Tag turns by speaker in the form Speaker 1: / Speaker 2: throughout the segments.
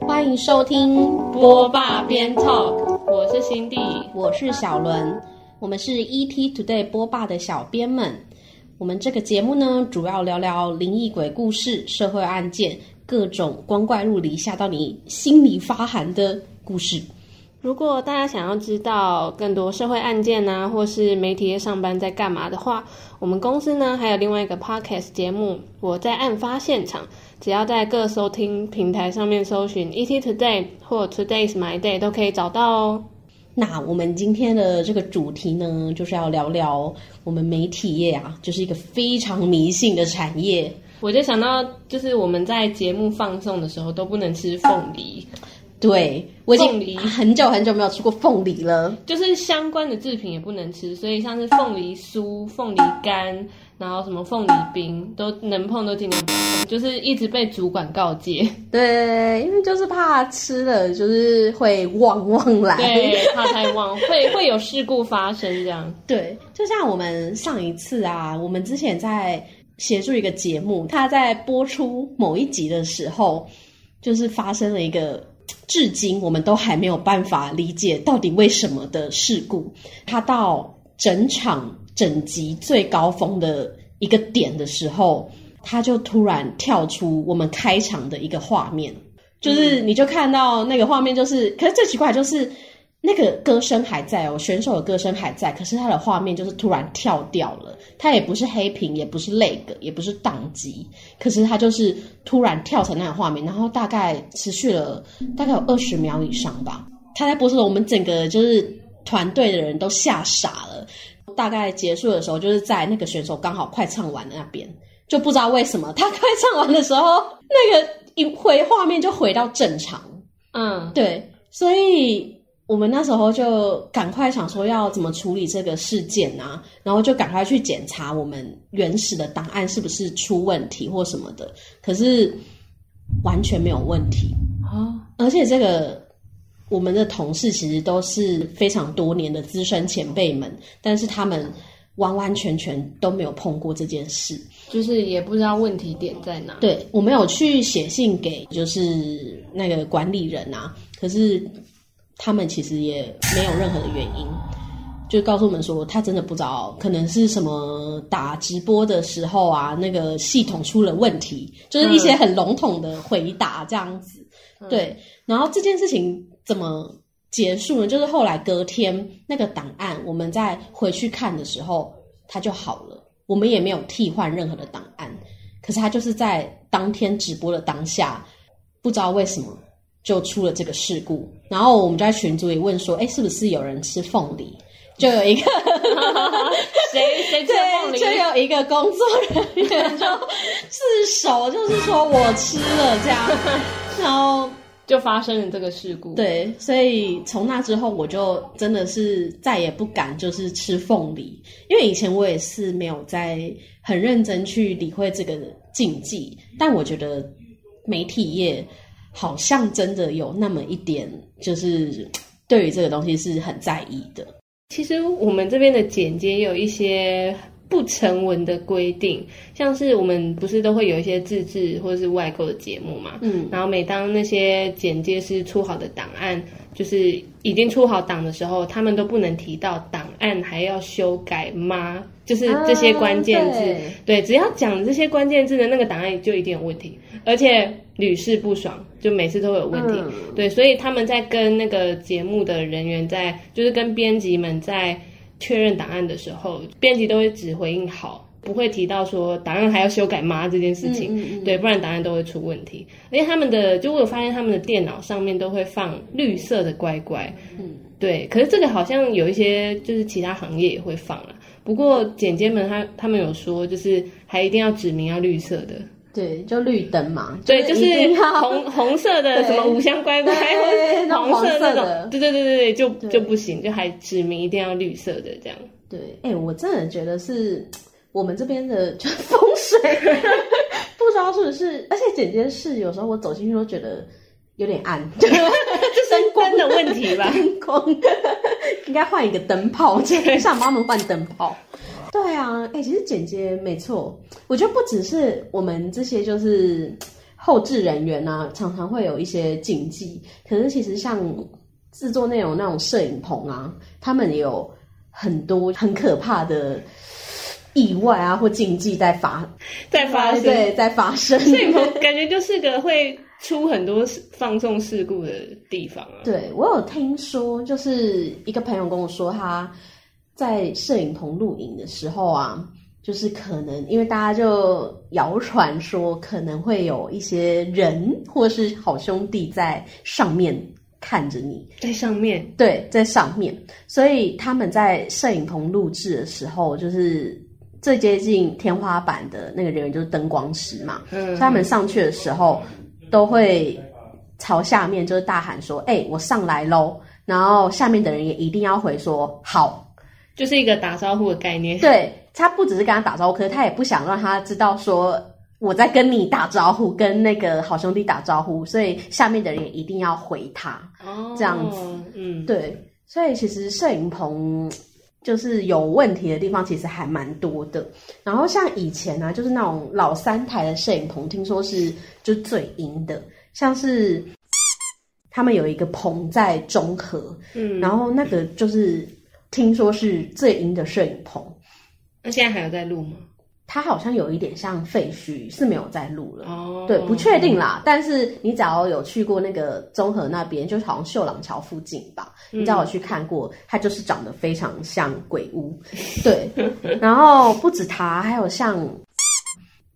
Speaker 1: 欢迎收听，
Speaker 2: 波霸边 talk，我是新地，
Speaker 1: 我是小伦，我们是 ET Today 波霸的小编们。我们这个节目呢，主要聊聊灵异鬼故事、社会案件、各种光怪陆离、吓到你心里发寒的故事。
Speaker 2: 如果大家想要知道更多社会案件啊，或是媒体业上班在干嘛的话，我们公司呢还有另外一个 podcast 节目《我在案发现场》，只要在各收听平台上面搜寻 ET Today 或 Today's My Day 都可以找到哦。
Speaker 1: 那我们今天的这个主题呢，就是要聊聊我们媒体业啊，就是一个非常迷信的产业。
Speaker 2: 我就想到，就是我们在节目放送的时候都不能吃凤梨，
Speaker 1: 对我已
Speaker 2: 凤梨
Speaker 1: 经很久很久没有吃过凤梨了。
Speaker 2: 就是相关的制品也不能吃，所以像是凤梨酥、凤梨干，然后什么凤梨冰，都能碰都尽量不碰，就是一直被主管告诫，
Speaker 1: 对，因为就是怕吃了就是会旺旺来。
Speaker 2: 对，怕太旺会会有事故发生这样。
Speaker 1: 对，就像我们上一次啊，我们之前在协助一个节目，它在播出某一集的时候，就是发生了一个。至今我们都还没有办法理解到底为什么的事故，它到整场整集最高峰的一个点的时候，它就突然跳出我们开场的一个画面，就是你就看到那个画面，就是，可是最奇怪的就是那个歌声还在哦，选手的歌声还在，可是他的画面就是突然跳掉了，他也不是黑屏，也不是 lag，也不是宕机，可是他就是突然跳成那个画面，然后大概持续了大概有二十秒以上吧。他在播出的时候，我们整个就是团队的人都吓傻了。大概结束的时候，就是在那个选手刚好快唱完的那边，就不知道为什么他快唱完的时候，那个一回画面就回到正常。
Speaker 2: 嗯，
Speaker 1: 对，所以我们那时候就赶快想说要怎么处理这个事件啊，然后就赶快去检查我们原始的档案是不是出问题或什么的，可是完全没有问题，
Speaker 2: 哦，
Speaker 1: 而且这个。我们的同事其实都是非常多年的资深前辈们，但是他们完完全全都没有碰过这件事。
Speaker 2: 就是也不知道问题点在哪。
Speaker 1: 对，我们有去写信给就是那个管理人啊，可是他们其实也没有任何的原因，就告诉我们说他真的不知道，可能是什么打直播的时候啊，那个系统出了问题，就是一些很笼统的回答这样子。对，然后这件事情怎么结束呢？就是后来隔天那个档案，我们再回去看的时候，它就好了，我们也没有替换任何的档案，可是它就是在当天直播的当下，不知道为什么就出了这个事故，然后我们就在群组里问说，哎，是不是有人吃凤梨？就有一个
Speaker 2: 谁谁吃
Speaker 1: 对，
Speaker 2: 凤梨
Speaker 1: 就？有一个工作人员就自首，就是说我吃了这样，然后
Speaker 2: 就发生了这个事故。，
Speaker 1: 对，所以从那之后，我就真的是再也不敢就是吃凤梨，因为以前我也是没有在很认真去理会这个禁忌，但我觉得媒体业好像真的有那么一点，就是对于这个东西是很在意的。
Speaker 2: 其实我们这边的剪接有一些不成文的规定，像是我们不是都会有一些自制或是外购的节目嘛？
Speaker 1: 嗯，
Speaker 2: 然后每当那些剪接师出好的档案，就是已经出好档的时候，他们都不能提到档案还要修改吗？就是这些关键字。
Speaker 1: 啊对
Speaker 2: 对，只要讲这些关键字的那个档案就一定有问题，而且屡试不爽，就每次都会有问题。
Speaker 1: 嗯
Speaker 2: 对，所以他们在跟那个节目的人员在，就是跟编辑们在确认档案的时候，编辑都会只回应好，不会提到说档案还要修改吗这件事情。
Speaker 1: 嗯嗯嗯
Speaker 2: 对，不然档案都会出问题。而且他们的，就我有发现他们的电脑上面都会放绿色的乖乖。
Speaker 1: 嗯，
Speaker 2: 对，可是这个好像有一些就是其他行业也会放啦。不过剪接们他他们有说，就是还一定要指明要绿色的，
Speaker 1: 对，就绿灯嘛，
Speaker 2: 对，就
Speaker 1: 一定
Speaker 2: 是
Speaker 1: 要
Speaker 2: 红红色的
Speaker 1: 对
Speaker 2: 什么五香乖乖，
Speaker 1: 对
Speaker 2: 或者
Speaker 1: 那种
Speaker 2: 黄色
Speaker 1: 黄色
Speaker 2: 那
Speaker 1: 的
Speaker 2: 种，对对对对对，就
Speaker 1: 对
Speaker 2: 就不行，就还指明一定要绿色的这样。
Speaker 1: 对，哎、我真的觉得是我们这边的就风水， 不知道是不是，而且剪接室有时候我走进去都觉得有点暗， 这
Speaker 2: 灯光的问题 吧，
Speaker 1: 灯光应该换一个灯泡，
Speaker 2: 对
Speaker 1: 想帮他们换灯 泡。对啊，哎、其实剪接没错，我觉得不只是我们这些就是后置人员啊，常常会有一些禁忌。可是其实像制作内容那种摄影棚啊，他们也有很多很可怕的意外啊或禁忌在发
Speaker 2: 在发生。
Speaker 1: 对在发生。
Speaker 2: 摄影棚感觉就是个会出很多事放纵事故的地方啊。
Speaker 1: 对我有听说，就是一个朋友跟我说，他在摄影棚录影的时候啊，就是可能因为大家就谣传说可能会有一些人或是好兄弟在上面看着你，
Speaker 2: 在上面，
Speaker 1: 对，在上面，所以他们在摄影棚录制的时候，就是最接近天花板的那个人员就是灯光师嘛，所
Speaker 2: 嗯
Speaker 1: 以，他们上去的时候都会朝下面就是大喊说：“哎、我上来喽！”然后下面的人也一定要回说“好
Speaker 2: 就是一个打招呼的概”念。
Speaker 1: 对。他不只是跟他打招呼，可是他也不想让他知道说我在跟你打招呼，跟那个好兄弟打招呼，所以下面的人也一定要回他。
Speaker 2: 哦，
Speaker 1: 这样
Speaker 2: 子，嗯，
Speaker 1: 对，所以其实摄影棚就是有问题的地方，其实还蛮多的。然后像以前啊，就是那种老三台的摄影棚，听说是就是最阴的，像是他们有一个棚在中和，
Speaker 2: 嗯，
Speaker 1: 然后那个就是听说是最阴的摄影棚，
Speaker 2: 那现在还有在录吗？
Speaker 1: 它好像有一点像废墟，是没有在录了。
Speaker 2: 哦，
Speaker 1: 对，不确定啦。但是你只要有去过那个综合那边，就是好像秀朗桥附近吧，
Speaker 2: 嗯
Speaker 1: 你只要有去看过，它就是长得非常像鬼屋。对，然后不止它，还有像。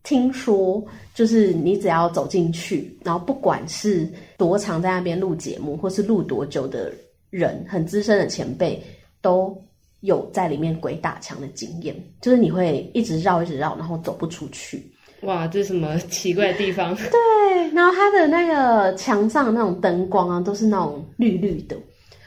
Speaker 1: 听说就是你只要走进去，然后不管是多长在那边录节目，或是录多久的人，很资深的前辈都有在里面鬼打墙的经验，就是你会一直绕一直绕，然后走不出去。
Speaker 2: 哇，这什么奇怪的地方？
Speaker 1: 对，然后它的那个墙上的那种灯光啊，都是那种绿绿的。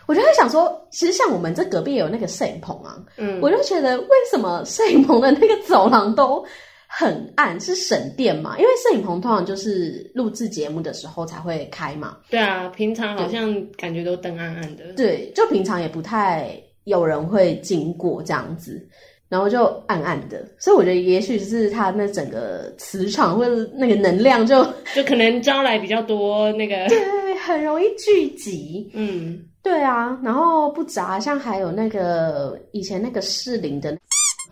Speaker 1: 我就在想说，其实像我们这隔壁也有那个摄影棚啊，
Speaker 2: 嗯，
Speaker 1: 我就觉得为什么摄影棚的那个走廊都很暗？是省电嘛？因为摄影棚通常就是录制节目的时候才会开嘛，
Speaker 2: 对啊，平常好像感觉都灯暗暗的。
Speaker 1: 对，就平常也不太有人会经过这样子，然后就暗暗的，所以我觉得也许是它那整个磁场或者那个能量就
Speaker 2: 就可能招来比较多那个，
Speaker 1: 对很容易聚集，
Speaker 2: 嗯，
Speaker 1: 对啊，然后不止啊，像还有那个以前那个士林的，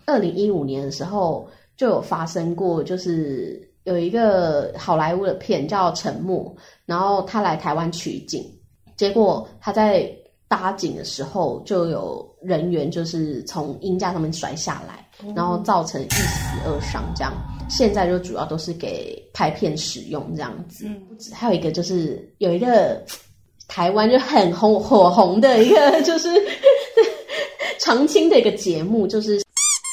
Speaker 1: 二零一五年的时候就有发生过，就是有一个好莱坞的片叫《沉默》，然后他来台湾取景，结果他在搭景的时候就有人员就是从鹰架上面摔下来，然后造成一死二伤这样。现在就主要都是给拍片使用这样子。
Speaker 2: 嗯，
Speaker 1: 还有一个就是有一个台湾就很红火红的一个 就是常青的一个节目，就是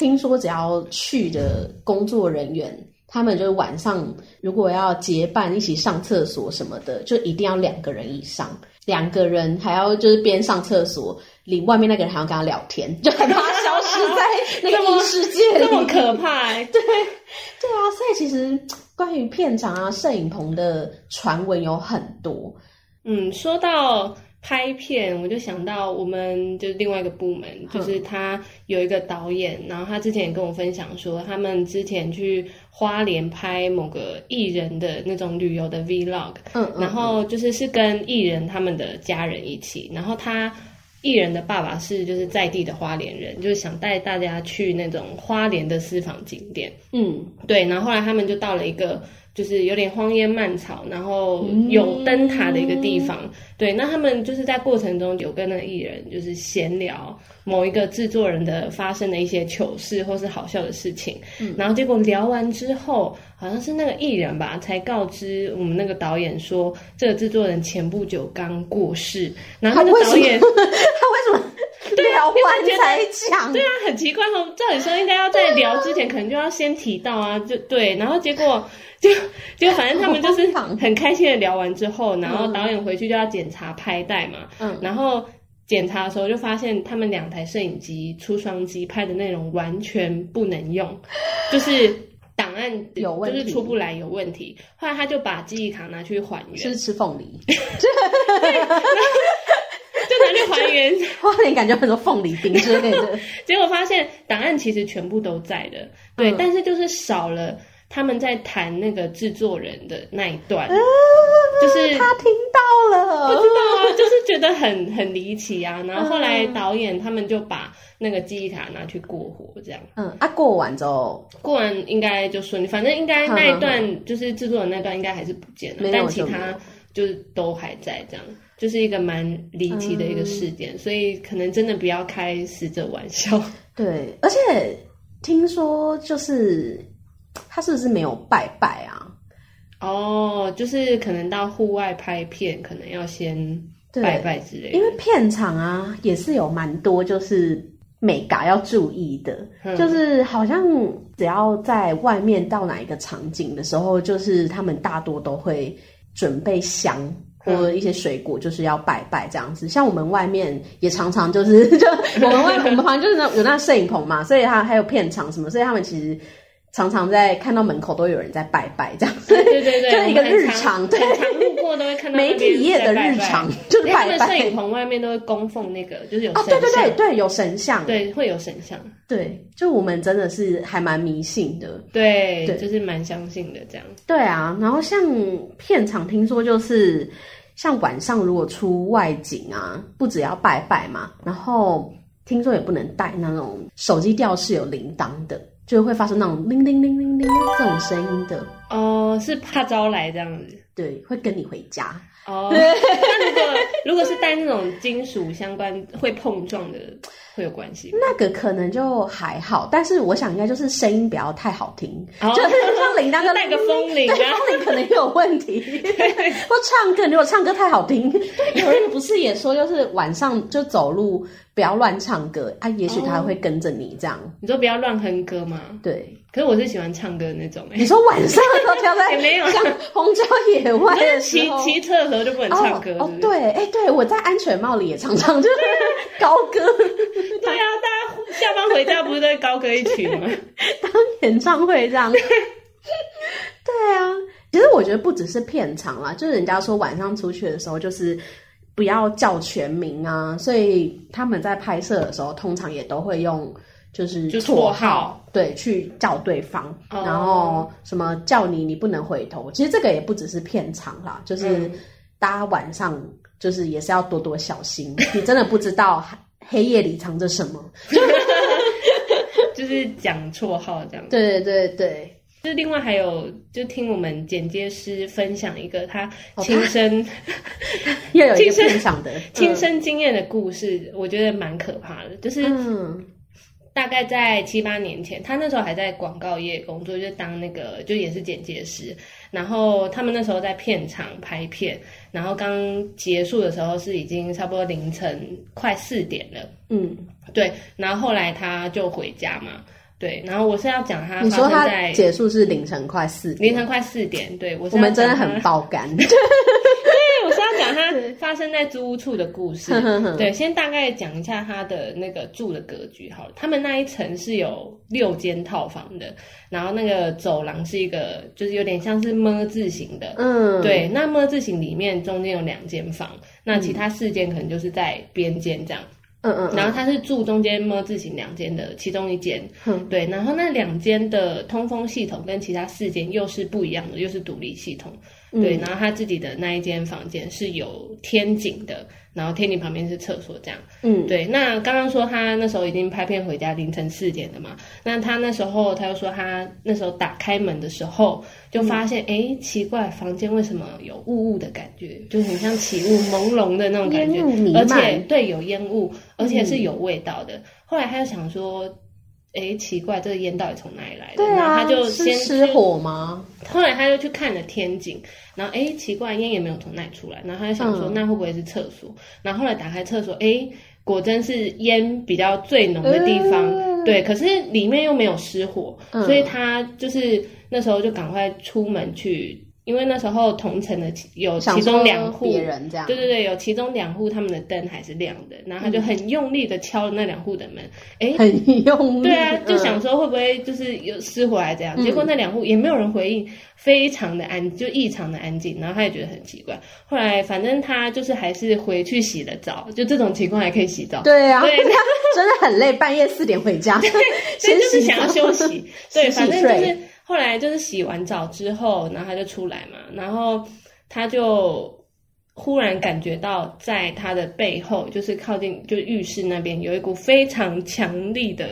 Speaker 1: 听说只要去的工作人员，他们就是晚上如果要结伴一起上厕所什么的，就一定要两个人以上，两个人还要就是边上厕所。里外面那个人还要跟他聊天， 就很怕他消失在那
Speaker 2: 这么
Speaker 1: 个异世界里。
Speaker 2: 这么可怕、欸，
Speaker 1: 对对啊，所以其实关于片场啊、摄影棚的传闻有很多。
Speaker 2: 嗯，说到拍片，我就想到我们就是另外一个部门，就是他有一个导演，然后他之前也跟我分享说，他们之前去花莲拍某个艺人的那种旅游的 vlog，
Speaker 1: 嗯嗯，
Speaker 2: 然后就是是跟艺人他们的家人一起，然后他艺人的爸爸是就是在地的花莲人，就是想带大家去那种花莲的私房景点。
Speaker 1: 嗯，
Speaker 2: 对，然后后来他们就到了一个就是有点荒烟蔓草，然后有灯塔的一个地方。对，那他们就是在过程中有跟那个艺人就是闲聊某一个制作人的发生的一些糗事或是好笑的事情，然后结果聊完之后，好像是那个艺人吧，才告知我们那个导演说，这个制作人前不久刚过世，然后那
Speaker 1: 为
Speaker 2: 个
Speaker 1: 什
Speaker 2: 导
Speaker 1: 么
Speaker 2: 演
Speaker 1: 他啊为什么聊完才讲？
Speaker 2: 对啊，很奇怪哦。照理说应该要在聊之前，可能就要先提到啊，就对。然后结果 就就反正他们就是
Speaker 1: 好荒唐
Speaker 2: 很开心的聊完之后，然后导演回去就要检查拍带嘛，
Speaker 1: 嗯
Speaker 2: 然后检查的时候就发现他们两台摄影机出双机拍的内容完全不能用， 就是档案
Speaker 1: 有问题
Speaker 2: 就是出不来有问题。后来他就把记忆卡拿去还 原，
Speaker 1: 是不是吃凤梨，
Speaker 2: 就拿去还原
Speaker 1: 花莲感觉有很多凤梨冰 之类的。
Speaker 2: 结果发现档案其实全部都在的，对，
Speaker 1: 嗯
Speaker 2: 但是就是少了他们在谈那个制作人的那一段，就是
Speaker 1: 嗯他听到了，
Speaker 2: 不知道啊，就是觉得很 很离奇啊。然后后来导演他们就把那个记忆卡拿去过火，这样
Speaker 1: 嗯啊，过完之后
Speaker 2: 过完应该就顺利。反正应该
Speaker 1: 好
Speaker 2: 那一
Speaker 1: 好
Speaker 2: 段就是制作人那段应该还是不见了
Speaker 1: 没，有
Speaker 2: 但其
Speaker 1: 就没
Speaker 2: 他
Speaker 1: 有
Speaker 2: 就是都还在这样。就是一个蛮离奇的一个事件，
Speaker 1: 嗯
Speaker 2: 所以可能真的不要开死者玩笑。
Speaker 1: 对，而且听说就是他是不是没有拜拜啊？
Speaker 2: 哦，就是可能到户外拍片，可能要先
Speaker 1: 对
Speaker 2: 拜拜之类的
Speaker 1: 因。为片场啊也是有蛮多就是美嘎要注意的，
Speaker 2: 嗯
Speaker 1: 就是好像只要在外面到哪一个场景的时候，就是他们大多都会准备香。或
Speaker 2: 嗯
Speaker 1: 者一些水果就是要拜拜这样子，像我们外面也常常就是 就我们外我们旁边就是那有那摄影棚嘛，所以他还有片场什么，所以他们其实常常在看到门口都有人在拜拜这样子，
Speaker 2: 对对对，
Speaker 1: 就是一个
Speaker 2: 我们很
Speaker 1: 日常
Speaker 2: 很
Speaker 1: 对
Speaker 2: 常路过都会看到
Speaker 1: 媒
Speaker 2: 那边
Speaker 1: 体业的
Speaker 2: 在拜
Speaker 1: 日
Speaker 2: 拜哎
Speaker 1: 常就是
Speaker 2: 因为他
Speaker 1: 拜
Speaker 2: 们摄
Speaker 1: 拜
Speaker 2: 影棚外面都会供奉那个，就是有
Speaker 1: 哦，
Speaker 2: 神
Speaker 1: 对对对
Speaker 2: 像，
Speaker 1: 对，有神像，
Speaker 2: 对会有神像，
Speaker 1: 对，就我们真的是还蛮迷信的。
Speaker 2: 对，
Speaker 1: 对
Speaker 2: 就是蛮相信的这样。
Speaker 1: 对啊，然后像片场听说就是，像晚上如果出外景啊，不只要拜拜嘛，然后听说也不能带那种手机吊饰有铃铛的，就会发生那种铃铃铃铃铃这种声音的。
Speaker 2: 哦，是怕招来这样子。
Speaker 1: 对，会跟你回家。
Speaker 2: 哦，那如果如果是带那种金属相关会碰撞的，会有关系吗？
Speaker 1: 那个可能就还好，但是我想应该就是声音不要太好听，
Speaker 2: 哦
Speaker 1: 就是像铃铛
Speaker 2: 就
Speaker 1: 跟
Speaker 2: 带个风铃
Speaker 1: 对，
Speaker 2: 啊，
Speaker 1: 风铃可能有问题。或唱歌，如果唱歌太好听，对，有人不是也说，就是晚上就走路不要乱唱歌啊，也许他会跟着你这样。
Speaker 2: 你说不要乱哼歌吗？
Speaker 1: 对，
Speaker 2: 可是我是喜欢唱歌的那种哎、
Speaker 1: 你说晚上的时候就要
Speaker 2: 也没有
Speaker 1: 在
Speaker 2: 啊
Speaker 1: 像荒郊野 外的时
Speaker 2: 骑
Speaker 1: 候。
Speaker 2: 骑车的时候就不能唱歌，
Speaker 1: 哦哦
Speaker 2: 是，不是
Speaker 1: 对，哎、对我在安全帽里也常常就是高歌，
Speaker 2: 对啊，大家下班回家不是都会高歌一曲 吗？
Speaker 1: 演唱会这 样。对啊，其实我觉得不只是片场啦，就是人家说晚上出去的时候，就是不要叫全名啊，所以他们在拍摄的时候，通常也都会用就是
Speaker 2: 就
Speaker 1: 绰
Speaker 2: 绰号
Speaker 1: 对去叫对方，
Speaker 2: 哦
Speaker 1: 然后什么叫你你不能回头，其实这个也不只是片场啦，就是
Speaker 2: 嗯
Speaker 1: 大家晚上就是也是要多多小心， 你真的不知道黑夜里藏着什么。
Speaker 2: 就是讲绰号这样。
Speaker 1: 对对对对。
Speaker 2: 就是另外还有，就听我们剪接师分享一个他
Speaker 1: 哦
Speaker 2: 亲 身、
Speaker 1: 又有一个
Speaker 2: 亲身
Speaker 1: 片场的
Speaker 2: 亲身经验的故事，我觉得蛮可怕的。就是
Speaker 1: 嗯
Speaker 2: 大概在七八年前，他那时候还在广告业工作，就当那个就也是剪接师。然后他们那时候在片场拍片，然后刚结束的时候是已经差不多凌晨快四点了。
Speaker 1: 嗯，
Speaker 2: 对，然后后来他就回家嘛，对，然后我是要讲他
Speaker 1: 你说
Speaker 2: 发生
Speaker 1: 他
Speaker 2: 在
Speaker 1: 结束是凌晨快四点，
Speaker 2: 凌晨快四点，对我是
Speaker 1: 我
Speaker 2: 要
Speaker 1: 们真的
Speaker 2: 讲他
Speaker 1: 很爆肝。
Speaker 2: 对， 我是要讲他发生在租屋处的 故事
Speaker 1: 嗯哼哼。哼
Speaker 2: 对，先大概讲一下他的那个住的格局好了。他们那一层是有六间套房的，然后那个走廊是一个就是有点像是么字形的，
Speaker 1: 嗯，
Speaker 2: 对，那么字形里面中间有两间房，那其他四间可能就是在边间这样。
Speaker 1: 嗯，嗯嗯，
Speaker 2: 然后他是住中间么字形两间的其中一间，
Speaker 1: 嗯
Speaker 2: 对，然后那两间的通风系统跟其他四间又是不一样的，又是独立系统，
Speaker 1: 嗯
Speaker 2: 对，然后他自己的那一间房间是有天井的，然后天井旁边是厕所这样，
Speaker 1: 嗯
Speaker 2: 对，那刚刚说他那时候已经拍片回家凌晨四点了嘛，那他那时候他又说他那时候打开门的时候就发
Speaker 1: 嗯
Speaker 2: 现，诶，奇怪，房间为什么有雾雾的感觉，就很像起雾朦胧的那种感觉
Speaker 1: 烟雾弥，漫嗯
Speaker 2: 而且对有烟雾，而且是有味道的。后来他就想说。诶，奇怪，这个烟到底从哪里来的？
Speaker 1: 对
Speaker 2: 然后
Speaker 1: 啊，
Speaker 2: 他就是先
Speaker 1: 失
Speaker 2: 去
Speaker 1: 火吗？
Speaker 2: 后来他又去看了天井，然后诶奇怪，烟也没有从那里出来，然后他就想说，
Speaker 1: 嗯
Speaker 2: 那会不会是厕所？然后后来打开厕所，诶，果真是烟比较最浓的地方，
Speaker 1: 嗯
Speaker 2: 对，可是里面又没有失火，
Speaker 1: 嗯
Speaker 2: 所以他就是那时候就赶快出门去，因为那时候同城的其有
Speaker 1: 想
Speaker 2: 其中
Speaker 1: 说
Speaker 2: 两户
Speaker 1: 别人这样，嗯
Speaker 2: 对对对，有其中两户他们的灯还是亮的，然后他就很用力的敲了那两户的门，诶。
Speaker 1: 很用力，
Speaker 2: 对啊，就想
Speaker 1: 嗯
Speaker 2: 说会不会就是有失火还是怎样？结果那两户也没有人回应，非常的安，就异常的安静。然后他也觉得很奇怪。后来反正他就是还是回去洗了澡，就这种情况还可以洗澡。
Speaker 1: 对啊，
Speaker 2: 对
Speaker 1: 真的很累，半夜四点回家，
Speaker 2: 对，
Speaker 1: 先
Speaker 2: 就是
Speaker 1: 洗
Speaker 2: 想要
Speaker 1: 澡
Speaker 2: 休息。对，
Speaker 1: 洗洗
Speaker 2: 反正就
Speaker 1: 睡
Speaker 2: 是后来就是洗完澡之后，然后他就出来嘛，然后他就忽然感觉到在他的背后，就是靠近就是浴室那边有一股非常强力的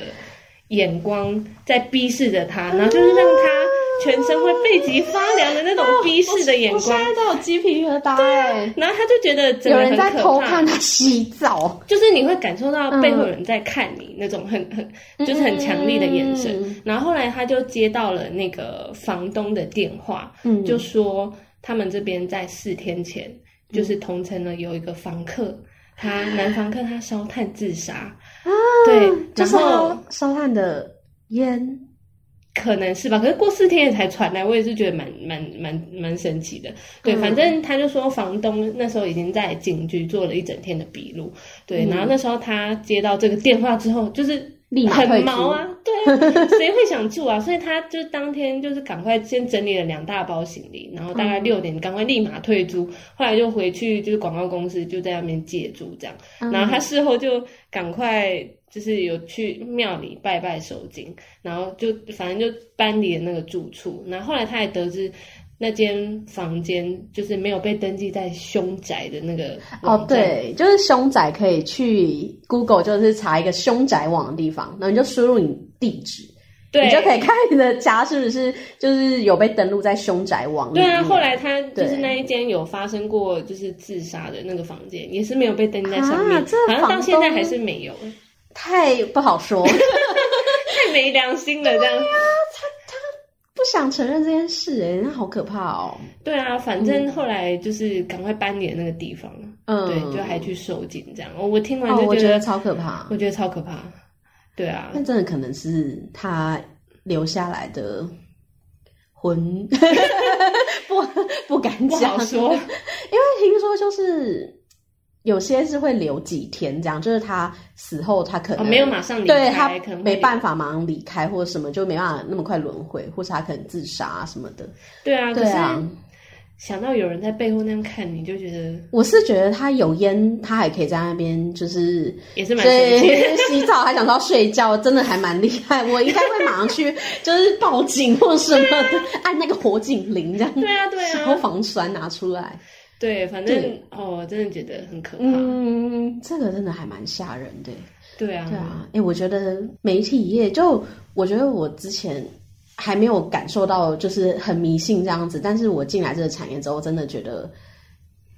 Speaker 2: 眼光在逼视着他，
Speaker 1: 啊
Speaker 2: 然后就是让他全身会背脊发凉的那种逼视的眼
Speaker 3: 我现
Speaker 2: 光。
Speaker 3: 在都有鸡皮疙瘩哎、
Speaker 2: 然后他就觉得整
Speaker 1: 有
Speaker 2: 个
Speaker 1: 人
Speaker 2: 很
Speaker 1: 在
Speaker 2: 可
Speaker 1: 偷
Speaker 2: 怕
Speaker 1: 看他洗澡，
Speaker 2: 就是你会感受到背后有人在看你、那种很很就是很强力的眼神。
Speaker 1: 嗯
Speaker 2: 然后后来他就接到了那个房东的电话，
Speaker 1: 嗯
Speaker 2: 就说他们这边在四天前
Speaker 1: 嗯
Speaker 2: 就是同城呢有一个房客，他男房客他烧炭自杀，对，
Speaker 1: 啊就
Speaker 2: 然
Speaker 1: 是
Speaker 2: 后
Speaker 1: 他烧炭的烟。
Speaker 2: 可能是吧，可是过四天也才传来，我也是觉得蛮蛮蛮蛮神奇的。对，
Speaker 1: 嗯
Speaker 2: 反正他就说房东那时候已经在警局做了一整天的笔录，对，
Speaker 1: 嗯
Speaker 2: 然后那时候他接到这个电话之后，就是
Speaker 1: 立马退出
Speaker 2: 很毛啊，对 啊，谁会想住啊？所以他就当天就是赶快先整理了两大包行李，然后大概
Speaker 1: 嗯
Speaker 2: 六点赶快立马退租，后来就回去就是广告公司就在那边借住这样。
Speaker 1: 嗯
Speaker 2: 然后他事后就赶快就是有去庙里拜拜收经，然后就反正就搬离了那个住处。然后后来他也得知那间房间就是没有被登记在凶宅的那个
Speaker 1: 哦，
Speaker 2: 网站，
Speaker 1: 对，就是凶宅可以去 Google，就是查一个凶宅网的地方，然后你就输入你地址，
Speaker 2: 对
Speaker 1: 你就可以看你的家是不是就是有被登录在凶宅网里
Speaker 2: 对
Speaker 1: 面。
Speaker 2: 啊，后来他就是
Speaker 1: 对
Speaker 2: 那一间有发生过就是自杀的那个房间，也是没有被登记在上面，
Speaker 1: 啊这
Speaker 2: 好像到
Speaker 1: 房
Speaker 2: 现在
Speaker 1: 东
Speaker 2: 还是没有，
Speaker 1: 太不好说，不
Speaker 2: 太没良心了这样。
Speaker 1: 啊想承认这件事、哎，那好可怕哦。
Speaker 2: 对啊，反正后来就是赶快搬离了那个地方，
Speaker 1: 嗯，
Speaker 2: 对，就还去收紧这样。我我听完
Speaker 1: 哦，
Speaker 2: 就
Speaker 1: 我
Speaker 2: 觉
Speaker 1: 觉
Speaker 2: 得
Speaker 1: 得超可怕
Speaker 2: 我，觉得超可怕。对啊，
Speaker 1: 那真的可能是他留下来的魂， 不不敢
Speaker 2: 不
Speaker 1: 讲
Speaker 2: 好， 说。
Speaker 1: 因为听说就是有些是会留几天，这样就是他死后他可
Speaker 2: 哦，
Speaker 1: 能、
Speaker 2: 没有马上离
Speaker 1: 对他
Speaker 2: 开，可能
Speaker 1: 没办
Speaker 2: 法。
Speaker 1: 法马上离开或者什么，就没办法那么快轮回，或是他可能自杀、什么的。
Speaker 2: 对啊，可
Speaker 1: 对啊
Speaker 2: 是，想到有人在背后那样看你，就觉得
Speaker 1: 我是觉得他有烟，他还可以在那边就是
Speaker 2: 也是蛮
Speaker 1: 所
Speaker 2: 神奇的。
Speaker 1: 以 洗澡还想到睡觉，真的还蛮厉害。我应该会马上 去，就是报警或什么的，按那个火警铃这样。
Speaker 2: 对啊，对
Speaker 1: 消
Speaker 2: 啊，
Speaker 1: 防栓拿出来。
Speaker 2: 对，反正
Speaker 1: 对
Speaker 2: 哦，真的觉得很可怕。
Speaker 1: 嗯，这个真的还蛮吓人的。
Speaker 2: 对啊，
Speaker 1: 对啊，哎、我觉得媒体业就，我觉得我之前还没有感受到就是很迷信这样子，但是我进来这个产业之后，真的觉得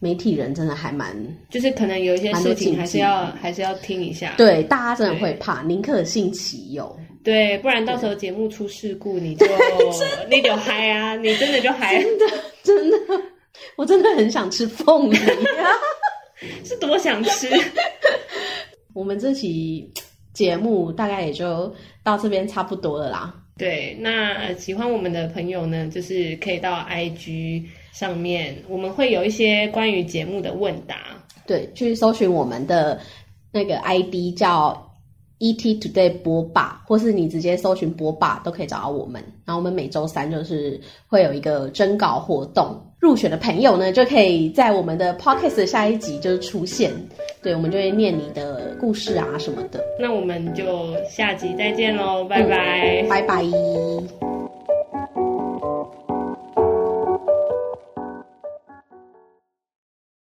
Speaker 1: 媒体人真的还蛮
Speaker 2: 就是可能有一些
Speaker 1: 蛮多
Speaker 2: 事情
Speaker 1: 禁
Speaker 2: 还是
Speaker 1: 忌
Speaker 2: 要还是要听一下。
Speaker 1: 对，大家真的会怕，宁可信其有。
Speaker 2: 对，不然到时候节目出事故，你就 你就嗨啊，你真的就嗨，
Speaker 1: 真的，我真的很想吃凤梨。啊
Speaker 2: 是多想吃。
Speaker 1: 我们这期节目大概也就到这边差不多了啦。
Speaker 2: 对，那喜欢我们的朋友呢，就是可以到 IG 上面，我们会有一些关于节目的问答。
Speaker 1: 对，去搜寻我们的那个 ID 叫 ET Today 波霸，或是你直接搜寻波霸都可以找到我们。然后我们每周三就是会有一个征稿活动，入选的朋友呢就可以在我们的 Podcast 的下一集就是出现。对，我们就会念你的故事啊什么的。
Speaker 2: 那我们就下集再见喽，拜拜。
Speaker 1: 拜拜。